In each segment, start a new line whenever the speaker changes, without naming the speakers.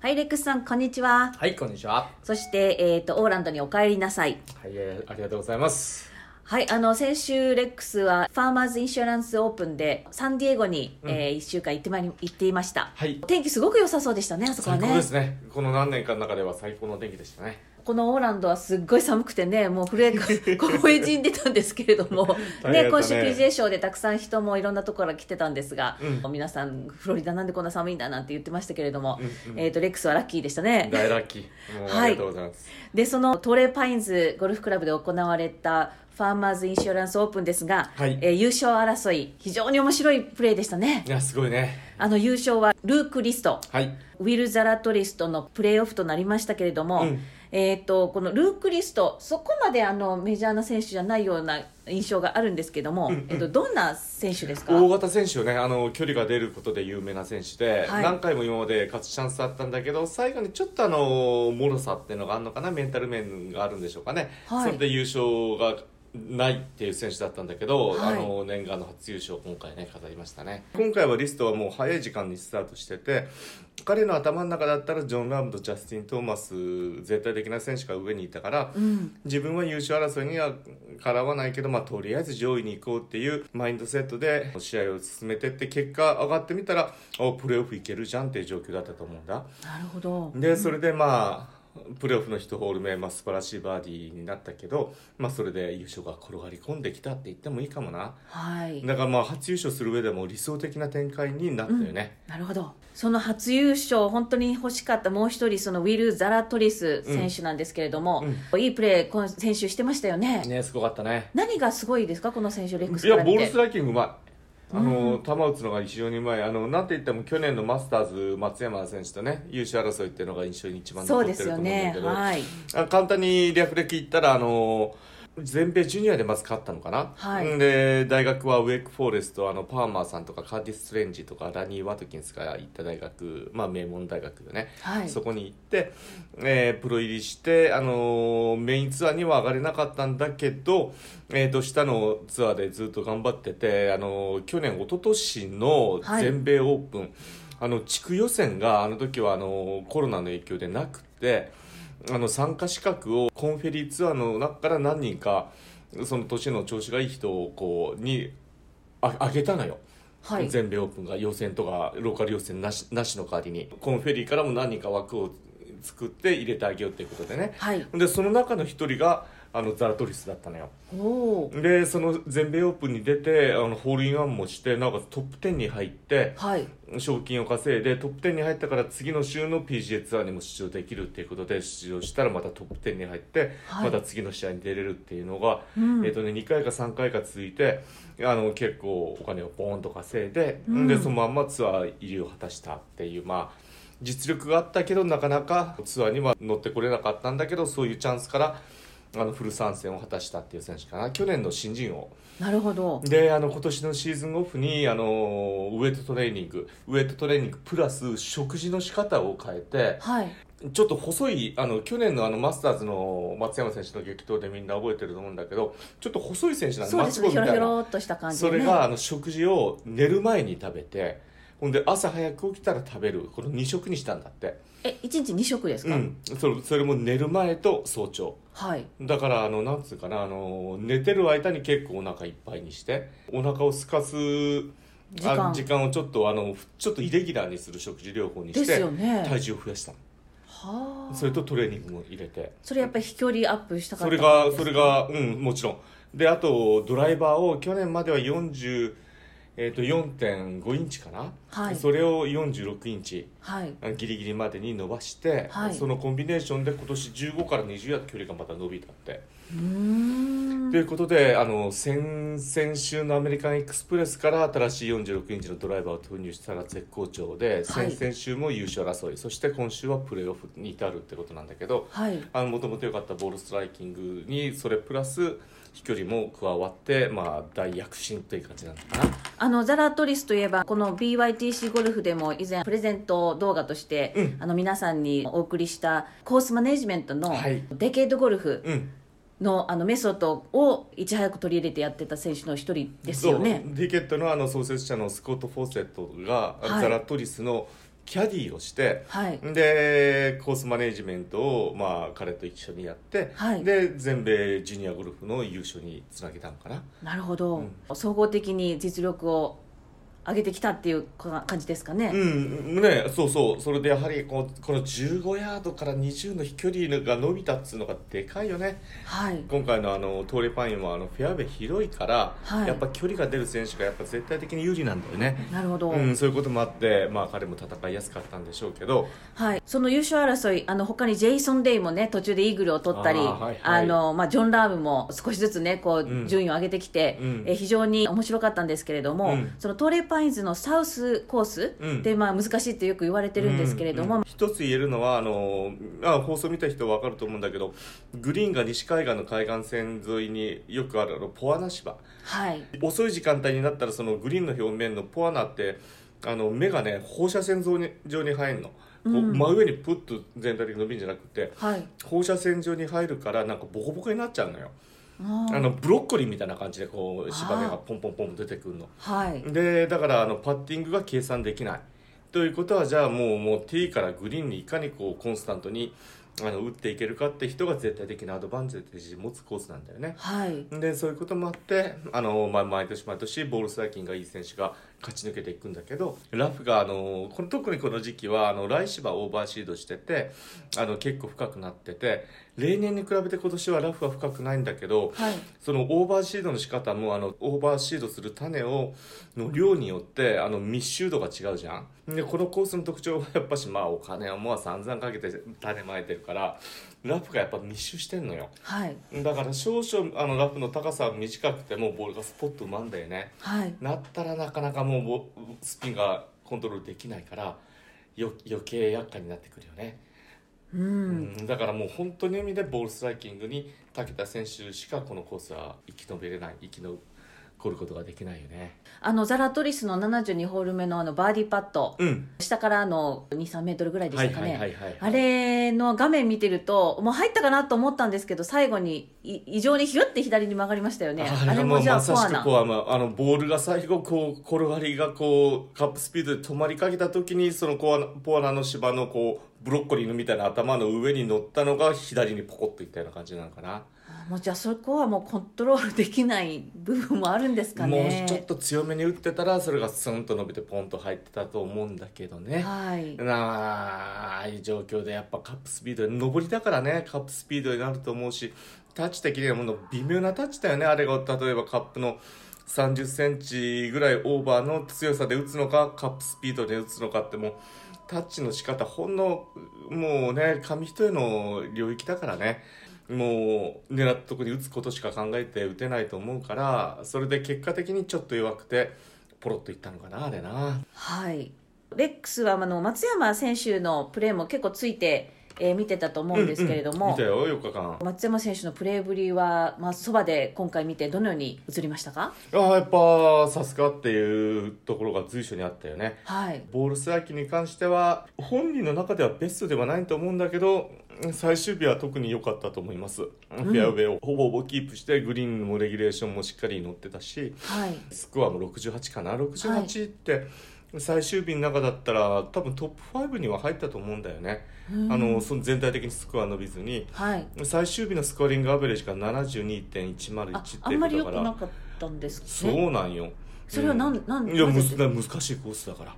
はい、レックスさん、こんにちは。
はい、こんにちは。
そして、えっ、と、オーランドにお帰りなさい。
はい、えーありがとうございます。
はい、あの、先週、レックスは、ファーマーズ・インシュランス・オープンで、サンディエゴに、
うん
え1週間行ってまいり、行っていました。
はい
天気すごく良さそうでしたね、あそこは
最
ね。
高ですね。この何年かの中では最高の天気でした ね。
このオーランドはすっごい寒くてね、もう震え、 声陣出たんですけれども、
大変だ
ね、
ね
今週 PGA ショーでたくさん人もいろんなところから来てたんですが、
うん
皆さん、フロリダなんでこんな寒いんだなんて言ってましたけれども、
うんうん
えっ、と、レックスはラッキーでしたね。
大ラッキー。もう
はい
ありがとうございます。
で、そのトレーパインズゴルフクラブで行われたファーマーズインシュランスオープンですが、
はい
えー優勝争い、非常に面白いプレーでしたね
い、。や、すごいね。
あの優勝はルーク・リスト、
はい。
ウィル・ザラトリスとのプレーオフとなりましたけれども、
うん
えー、とこのルーク・リスト、そこまであのメジャーな選手じゃないような印象があるんですけども、えー、とどんな選手ですか
大型選手よね、あの、距離が出ることで有名な選手で、
はい
何回も今まで勝つチャンスあったんだけど、最後にちょっとあの、脆さっていうのがあるのかな、メンタル面があるんでしょうかね。
はい
それで優勝が、ないっていう選手だったんだけど、
はい
あの念願の初優勝を今回ね飾りましたね今回はリストはもう早い時間にスタートしてて彼の頭の中だったらジョン・ラームとジャスティン・トーマス絶対的な選手が上にいたから、自分は優勝争いにはからわないけど、まあ、とりあえず上位に行こうっていうマインドセットで試合を進めてって結果上がってみたらおプレーオフいけるじゃんっていう状況だったと思うんだ。
なるほど、
でそれでまあプレーオフの1ホール目、まあ、素晴らしいバーディーになったけど、まあ、それで優勝が転がり込んできたって言ってもいいかもな
はい、
だからまあ初優勝する上でも理想的な展開になったよね、
なるほどその初優勝、本当に欲しかったもう一人、そのウィル・ザラトリス選手なんですけれども、いいプレー、今先週してましたよね。
ねすごかったね
何がすごいですか、この選手、レック
い
スか
や
ら
ボ
見
ールス
て。
トライキングうまいあの球打つのが非常にうまいあのなんて言っても去年のマスターズ松山選手とね優勝争いっていうのが印象に一番
そ
残
うで
って
す
ると
よ
思うんだ
ね
け。ど、
はい。
あ簡単に略歴言ったらあの全米ジュニアでまず勝ったのかな、
はい
んで大学はウェイクフォーレストあのパーマーさんとかカーティス・ストレンジとかラニー・ワトキンスが行った大学、まあ、名門大学でね、
はい
そこに行って、えープロ入りして、あのーメインツアーには上がれなかったんだけど、えーと下のツアーでずっと頑張ってて、あのー去年一昨年の
はい
全米オープン、あの地区予選があの時はあのーコロナの影響でなくてあの参加資格をコンフェリーツアーの中から何人かその年の調子がいい人をこうにああげたのよ。
はい。
全米オープンが予選とかローカル予選なしなしの代わりにコンフェリーからも何人か枠を作って入れてあげようっていうことでね
はい。
でその中の一人があのザラトリスだったのよ
おおー。
でその全米オープンに出てあのホールインワンもしてなおかつトップ10に入って
はい。
賞金を稼いでトップ10に入ったから次の週の PGA ツアーにも出場できるっていうことで出場したらまたトップ10に入って、
はい
また次の試合に出れるっていうのが、
うん
えっとね、2回か3回か続いてあの結構お金をボーンと稼いで,、
うん
でそのまんまツアー入りを果たしたっていうまあ実力があったけどなかなかツアーには乗ってこれなかったんだけどそういうチャンスからあのフル参戦を果たしたっていう選手かな去年の新人王。
なるほど。
であの今年のシーズンオフにあのウエイトトレーニングウエイトトレーニングプラス食事の仕方を変えて
はい。
ちょっと細いあの去年のあのマスターズの松山選手の激闘でみんな覚えてると思うんだけどちょっと細い選手なんで
そうですね。
マッチ
ひ
棒
ょろ
み
ひょ
たいな
ろっとした感じ
そ
で、ね。
れがあの食事を寝る前に食べてほんで朝早く起きたら食べるこの2食にしたんだって
え、一日二食です
う
か。
んそれそれも寝る前と早朝
はい。
だからあのなんつうかなあの寝てる間に結構お腹いっぱいにしてお腹を空かす
時間
あ時間をちょっとあのふちょっとイレギュラーにする食事療法に
で
し
す
て、
よね。
体重を増やしたの
はあ。
それとトレーニングも入れて
それやっぱり飛距離アップしたか
そ
ったんで
れ
すか。
がそれがうんもちろんであとドライバーを去年までは40えー、と4.5インチかな、
はい
それを46インチ
はい。
ギリギリまでに伸ばして、
はい
そのコンビネーションで今年15から20ヤード距離がまた伸びたって
うーん。
ということであの先先週のアメリカンエクスプレスから新しい46インチのドライバーを投入したら絶好調で、
はい
先々週も優勝争いそして今週はプレーオフに至るってことなんだけど
はい。
もともと良かったボールストライキングにそれプラス飛距離も加わって、まあ、大躍進という感じなのかな。
あのザラトリスといえばこの BYTC ゴルフでも以前プレゼント動画として、あの皆さんにお送りしたコースマネジメントの
はい
デケードゴルフ
うん
のあのメソッドをいち早く取り入れてやってた選手の一人ですよね
そうディケットのあの創設者のスコット・フォーセットが、
はい
ザラトリスのキャディーをして
はい
でコースマネジメントを、まあ、彼と一緒にやって、
はい
で全米ジュニアゴルフの優勝につなげたのかな
なるほど、総合的に実力を上げてきたっていうか感じですかね、
うんねそうそうそれでやはりこうこの15ヤードから20の飛距離が伸びたっつうのがでかいよね
はい
今回のあのトーレパインはあのフェアウェイ広いから、
はい
やっぱ距離が出る選手がやっぱ絶対的に有利なんだよね
なるほど、
うん、そういうこともあって、まあ、彼も戦いやすかったんでしょうけど、
はい、その優勝争いあの他にジェイソン・デイもね途中でイーグルを取ったり
あ
あ、
ーはいはい
のまあ、ジョン・ラームも少しずつねこ
うん
う順位を上げてきて、
うん
え非常に面白かったんですけれども、
うん
そのトーレイ・パインズのサウスコース
うん
で、まあ、難しいってよく言われてるんですけれども、
うんうん一つ言えるのはあのあ放送見た人は分かると思うんだけどグリーンが西海岸の海岸線沿いによくあるあのポアナ芝
はい
遅い時間帯になったらそのグリーンの表面のポアナってあの目がね放射線上に上に入るの、こう
うん
真上にプッと全体的に伸びるんじゃなくて
はい
放射線上に入るからなんかボコボコになっちゃうのよ、
あー
あのブロッコリーみたいな感じでこう芝目
あ
が
ー
ポンポンポン出てくるの
はい
でだからあのパッティングが計算できないということはじゃあもうもうティーからグリーンにいかにこうコンスタントにあの打っていけるかって人が絶対的なアドバンテージを持つコースなんだよね
はい
でそういうこともあってあの、まあ、毎年毎年ボールストライキングがいい選手が勝ち抜けていくんだけどラフがあのこの特にこの時期はあの来芝オーバーシードしててあの結構深くなってて例年に比べて今年はラフは深くないんだけど
はい
そのオーバーシードの仕方もあのオーバーシードする種をの量によってあの密集度が違うじゃんでこのコースの特徴はやっぱしまあお金をもう散々かけて種まいてるからラフがやっぱ密集してんのよ
はい
だから少々あのラフの高さは短くてもボールがスポッと埋まんだよね
はい
なったらなかなかもうボスピンがコントロールできないからよ余計厄介になってくるよね、
う
うんん、だからもう本当の意味でボールストライキングに長けた選手しかこのコースは生き延びれない生き残ることができないよね
あのザラトリスの72ホール目のあのバーディーパット、
うん
下からの23メートルぐらいで
は
し
い
たか
はい
ね、
はいはい
あれの画面見てるともう入ったかなと思ったんですけど最後にい異常にひゅって左に曲がりましたよねあ
あれ
れ
も
もじゃ
ま
あ
さ
コア
しく
な
コアなあのボールが最後こう転がりがこうカップスピードで止まりかけた時にそのコアナポアナの芝のこうブロッコリーのみたいな頭の上に乗ったのが左にポコッといったような感じなのかな
もうじゃあそこはもうコントロールできない部分もあるんですかね
もうちょっと強めに打ってたらそれがスンと伸びてポンと入ってたと思うんだけどね
はい
なあああいう状況でやっぱカップスピードで上りだからねカップスピードになると思うしタッチ的にはもの微妙なタッチだよねあれが例えばカップの3 0ンチぐらいオーバーの強さで打つのかカップスピードで打つのかってもうタッチの仕方ほんのもうね紙一重の領域だからねもう狙ったとこに打つことしか考えて打てないと思うからそれで結果的にちょっと弱くてポロッといったのかなあれな。
はいレックスはあの松山選手のプレーも結構ついて、えー見てたと思うんですけれども、
うんうん見たよ4日間
松山選手のプレーぶりは、まあ、そばで今回見てどのように映りましたか
あーやっぱさすがっていうところが随所にあったよね
はい
ボールスライキに関しては本人の中ではベストではないと思うんだけど最終日は特に良かったと思います、フェアウェイをほぼほぼキープしてグリーンもレギュレーションもしっかり乗ってたし
はい
スコアも68かな
はい
68って最終日の中だったら多分トップ5には入ったと思うんだよね、
うん
あのその全体的にスコア伸びずに
はい
最終日のスコアリングアベレージが72.101っていうことだ
あ
から
あんまり良くなかったんですね
そうなんよ。
それはなん
うん
なん
いや、
な
む
ぜ
ず難しいコースだから。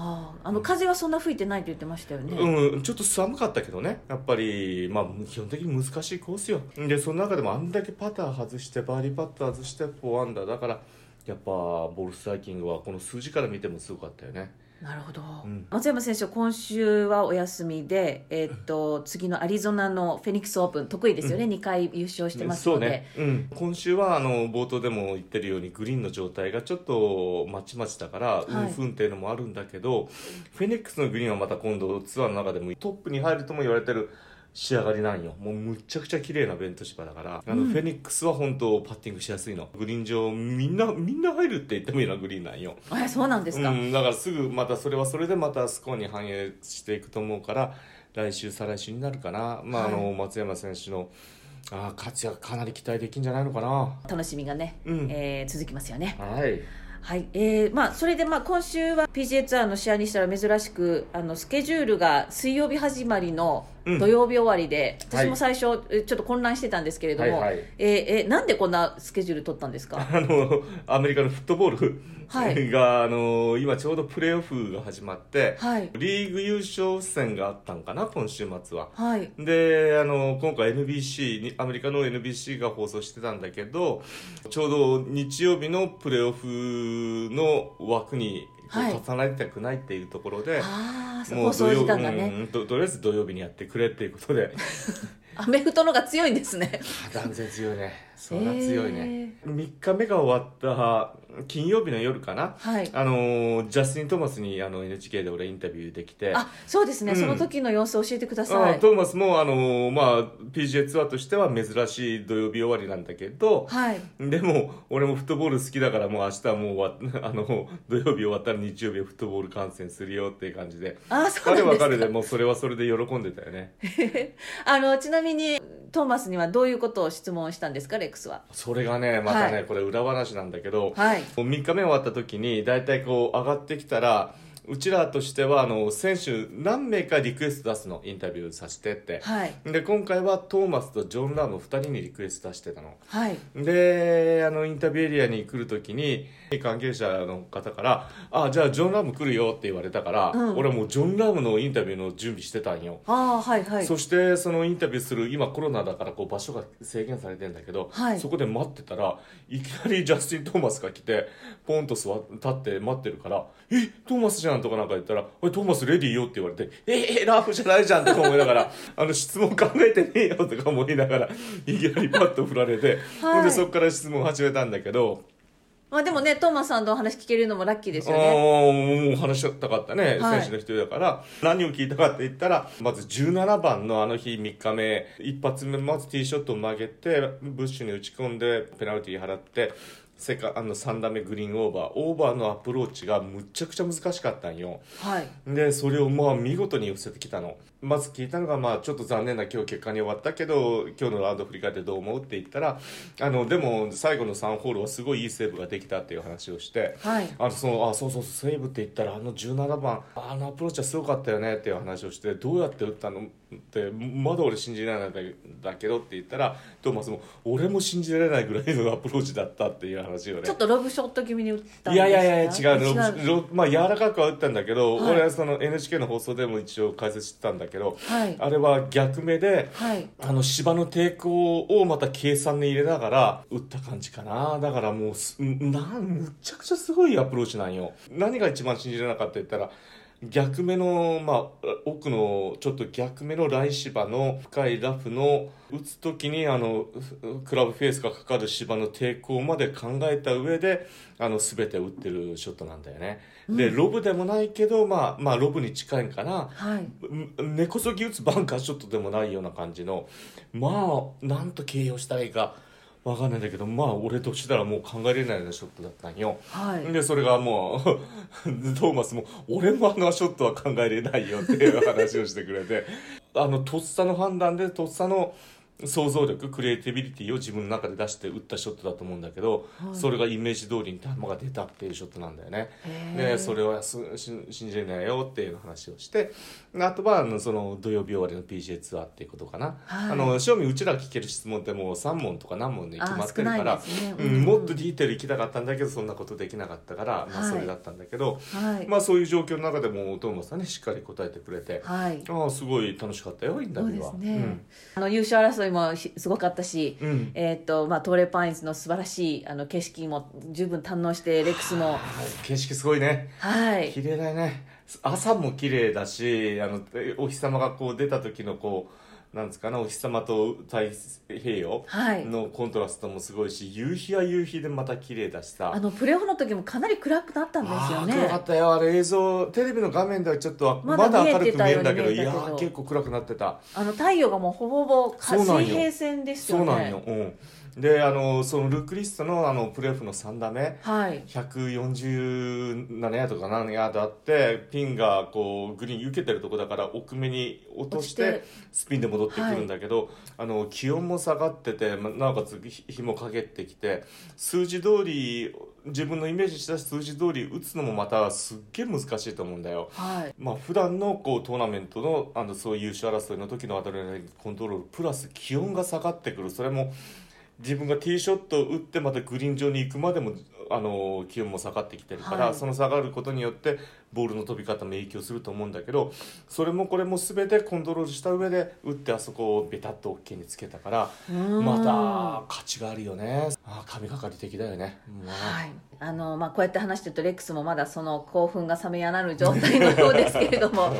あああの風はそんな吹いてないって言ってましたよね、
うん、ちょっと寒かったけどね。やっぱり、まあ、基本的に難しいコースよ。で、その中でもあんだけパター外して、バーディーパット外して、4アンダー。だから、やっぱ、ボールストライキングは、この数字から見てもすごかったよね。
なるほど、
うん
松山選手は今週はお休みで、えーっと次のアリゾナのフェニックスオープン得意ですよね、2回優勝してます
そう
ので、
ね、うん、今週はあの冒頭でも言ってるようにグリーンの状態がちょっとまちまちだから、
い
うんふんっていうのもあるんだけどフェニックスのグリーンはまた今度ツアーの中でもトップに入るとも言われてる仕上がりなんよもうむっちゃくちゃ綺麗なベント芝だからあの、フェニックスは本当パッティングしやすいのグリーン上みんなみんな入るって言ってもいいなグリーンなんよ
あそうなんですか、
うん、だからすぐまたそれはそれでまたスコアに反映していくと思うから来週再来週になるかな、まああ
は
の松山選手のあー活躍かなり期待できるんじゃないのかな。
楽しみがね、
うん
えー続きますよね
はい、
はいえーまあ、それでまあ今週は PGA ツアーの試合にしたら珍しくあのスケジュールが水曜日始まりの
うん
土曜日終わりで、
はい
私も最初、えちょっと混乱してたんですけれども、
はいはい
えーえーなんでこんなスケジュール取ったんですか
あのアメリカのフットボールが、
はい
あの今ちょうどプレーオフが始まって、
はい、
リーグ優勝戦があったんかな今週末は。
はい、
であの今回 NBC にアメリカの NBC が放送してたんだけどちょうど日曜日のプレーオフの枠にこう
はい
重なりたくないっていうところで、
ああそう
も
放
う土
送
曜
時間がね、
うんととりあえず土曜日にやってくれっていうことで
アメフトのが強いんですね
断然強いねそれは強いね、
えー
3日目が終わった金曜日の夜かな
はい
あのジャスティン・トーマスにあの NHK で俺インタビューできて
あそうですね、
うん
その時の様子を教えてくだ
あ
さ
あ
い
トーマスも、あのまあ、PGA ツアーとしては珍しい土曜日終わりなんだけど、
はい
でも、俺もフットボール好きだから、もう明日はもう終わっ あの、土曜日終わったら日曜日はフットボール観戦するよっていう感じで。
あーそうなんで
彼は
すか
彼でもうそれはそれで喜んでたよね。
あのちなみにトーマスにはどういうことを質問したんですかレックスは
それがね、またね、
はい
これ裏話なんだけど、
はい
3日目終わった時に、大体こう上がってきたら、うちらとしては、あの、選手何名かリクエスト出すの、インタビューさせてって。
はい
で、今回はトーマスとジョン・ラーム2人にリクエスト出してたの。
はい
であのインタビューエリアに来るときに関係者の方から「あじゃあジョン・ラーム来るよ」って言われたから、
うん
俺はもうジョン・ラームのインタビューの準備してたんよ、
ああはいはい
そしてそのインタビューする今コロナだからこう場所が制限されてんだけど、
はい
そこで待ってたらいきなり ジャスティン・トーマスが来てポンと座っ立って待ってるから「えトーマスじゃん」とかなんか言ったら「おいトーマスレディーよ」って言われて「ええラームじゃないじゃん」とか思いながら 「あの質問考えてねえよ」とか思いながらいきなりパッと振られて、
はい
ほんでそこから質問始めたんだけど。
まあでもねトーマスさんのお話聞けるのもラッキーですよね
ああもう話しったかったね、
はい
選手の一人だから何を聞いたかって言ったらまず17番のあの日3日目一発目まずティーショットを曲げてブッシュに打ち込んでペナルティー払ってセカあの3打目グリーンオーバーオーバーのアプローチがむっちゃくちゃ難しかったんよ
はい
でそれをまあ見事に寄せてきたのまず聞いたのがまあちょっと残念な今日結果に終わったけど今日のラウンド振り返ってどう思うって言ったらあのでも最後の3ホールはすごいいいセーブができたっていう話をして
はい
あのそのあそうそうそうセーブって言ったらあの17番あのアプローチはすごかったよねっていう話をしてどうやって打ったのってまだ俺信じられないんだだけどって言ったらトーマスも俺も信じられないぐらいのアプローチだったっていう話をね
ちょっとロブショット気味に打ったん
い
です
や
か
いやいや違う
違
のろまあ柔らかくは打ったんだけど、
はい
俺はその NHK の放送でも一応解説してたんだけど
はい
あれは逆目で
はい
あの芝の抵抗をまた計算に入れながら打った感じかなだからもうすんなんむちゃくちゃすごいアプローチなんよ何が一番信じられなかったって言ったら逆目の、まあ、奥のちょっと逆目の来芝の深いラフの打つ時にあのふクラブフェースがかかる芝の抵抗まで考えた上であの全て打ってるショットなんだよね、でロブでもないけど、まあ、まあロブに近いんかな
はい
ん根こそぎ打つバンカーショットでもないような感じのまあなんと形容したらいいかわかんないんだけどまあ俺としたらもう考えられないようなショットだったんよ
はい
でそれがもう トーマスも「俺もあのショットは考えれないよ」っていう話をしてくれてあのとっさの判断でとっさの想像力クリエイティビリティを自分の中で出して打ったショットだと思うんだけど、
はい
それがイメージ通りに球が出たっていうショットなんだよね。
へ
ね、
ー
それはすし信じれないよっていう話をしてあとはあのその土曜日終わりの PGA ツアーっていうことかな、
はい
あの正味うちら聞ける質問ってもう3問とか何問で決まってるか
あ
ら
ー少ないですね
う
うん
ん、もっとディテール行きたかったんだけどそんなことできなかったから、まあ、
はい
それだったんだけど、
はい
まあ、そういう状況の中でもトーマスさんねしっかり答えてくれて、
はい
ああすごい楽しかったよインタ
そ
ビ
う
ュー
で
は
す。ねあの優勝争いもひすごかったし
うんうん
えーっとまあトーレパインズの素晴らしいあの景色も十分堪能してレックスも
あー景色すごいね
はい
綺麗だよね朝も綺麗だしあのえお日様がこう出た時のこうなんですかねお日様と太平洋
はい
のコントラストもすごいし夕日は夕日でまた綺麗だしさ
あのプレーオフの時もかなり暗くなったんですよ
あー暗
ね
かったよあれ映像テレビの画面ではちょっと
ま
ま
だ
だ
見え
明
て
るく見
た
え
よ
る
うんに
だけどい
見え
や
たけど
ー結構暗くなってた
あの太陽がもうほぼほぼか
そうなん
水
よ
平線です
そ
よ
うなん
ね
よ、うん、であのそのルックリストのあのプレーオフの3打目
はい
147ヤードか何ヤードあってピンがこうグリーン受けてるとこだから奥目に落として
落ちて
スピンで戻ってくるんだけど、あの気温も下がっててまなおかつ日日も陰ってきて数字通り自分のイメージした数字通り打つのもまたすっげえ難しいと思うんだよ。
はい
まあ普段のこうトーナメントのあのそういう優勝争いの時のアドレナリンコントロールプラス気温が下がってくるそれも自分がティーショットを打ってまたグリーン上に行くまでもあの気温も下がってきてるから、
はい
その下がることによってボールの飛び方も影響すると思うんだけどそれもこれも全てコントロールした上で打ってあそこをベタッと OK につけたから
うーん
また価値があるよねあー神がかり的だよね。 まあ
はい、あのまあ、こうやって話してるとレックスもまだその興奮が冷めやらぬ状態のようですけれど も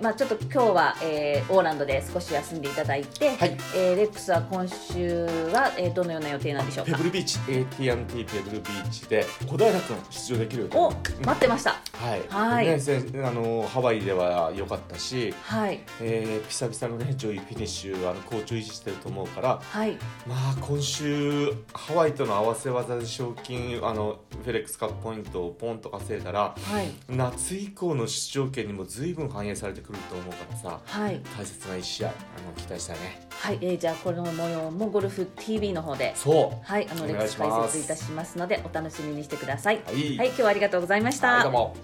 まあちょっと今日は、えーオーランドで少し休んでいただいて、
はい
えーレックスは今週は、えーどのような予定なんでしょう
ペ
か
ブルビーチ AT&T ペブルビーチで小平君出場できるように
お
なります
待ってました
はい、
はい
ねせんあのハワイでは良かったし、
はい
えー、ピサピサのね上位フィニッシュあの好調維持してると思うから
はい
まあ今週ハワイとの合わせ技で賞金あのフェレックスカップポイントをポンと稼いだら
はい
夏以降の出場権にも随分反映されてくると思うからさ
はい、
大切な一試合あの期待したいね
はいえーじゃあこの模様もゴルフ TV の方で
そ
はいあの
お
レッ
願
ク
い
ス
し
解
ます
説いたしますのでお楽しみにしてください、
うはい、
はい、今日はありがとうございました、
はいどうも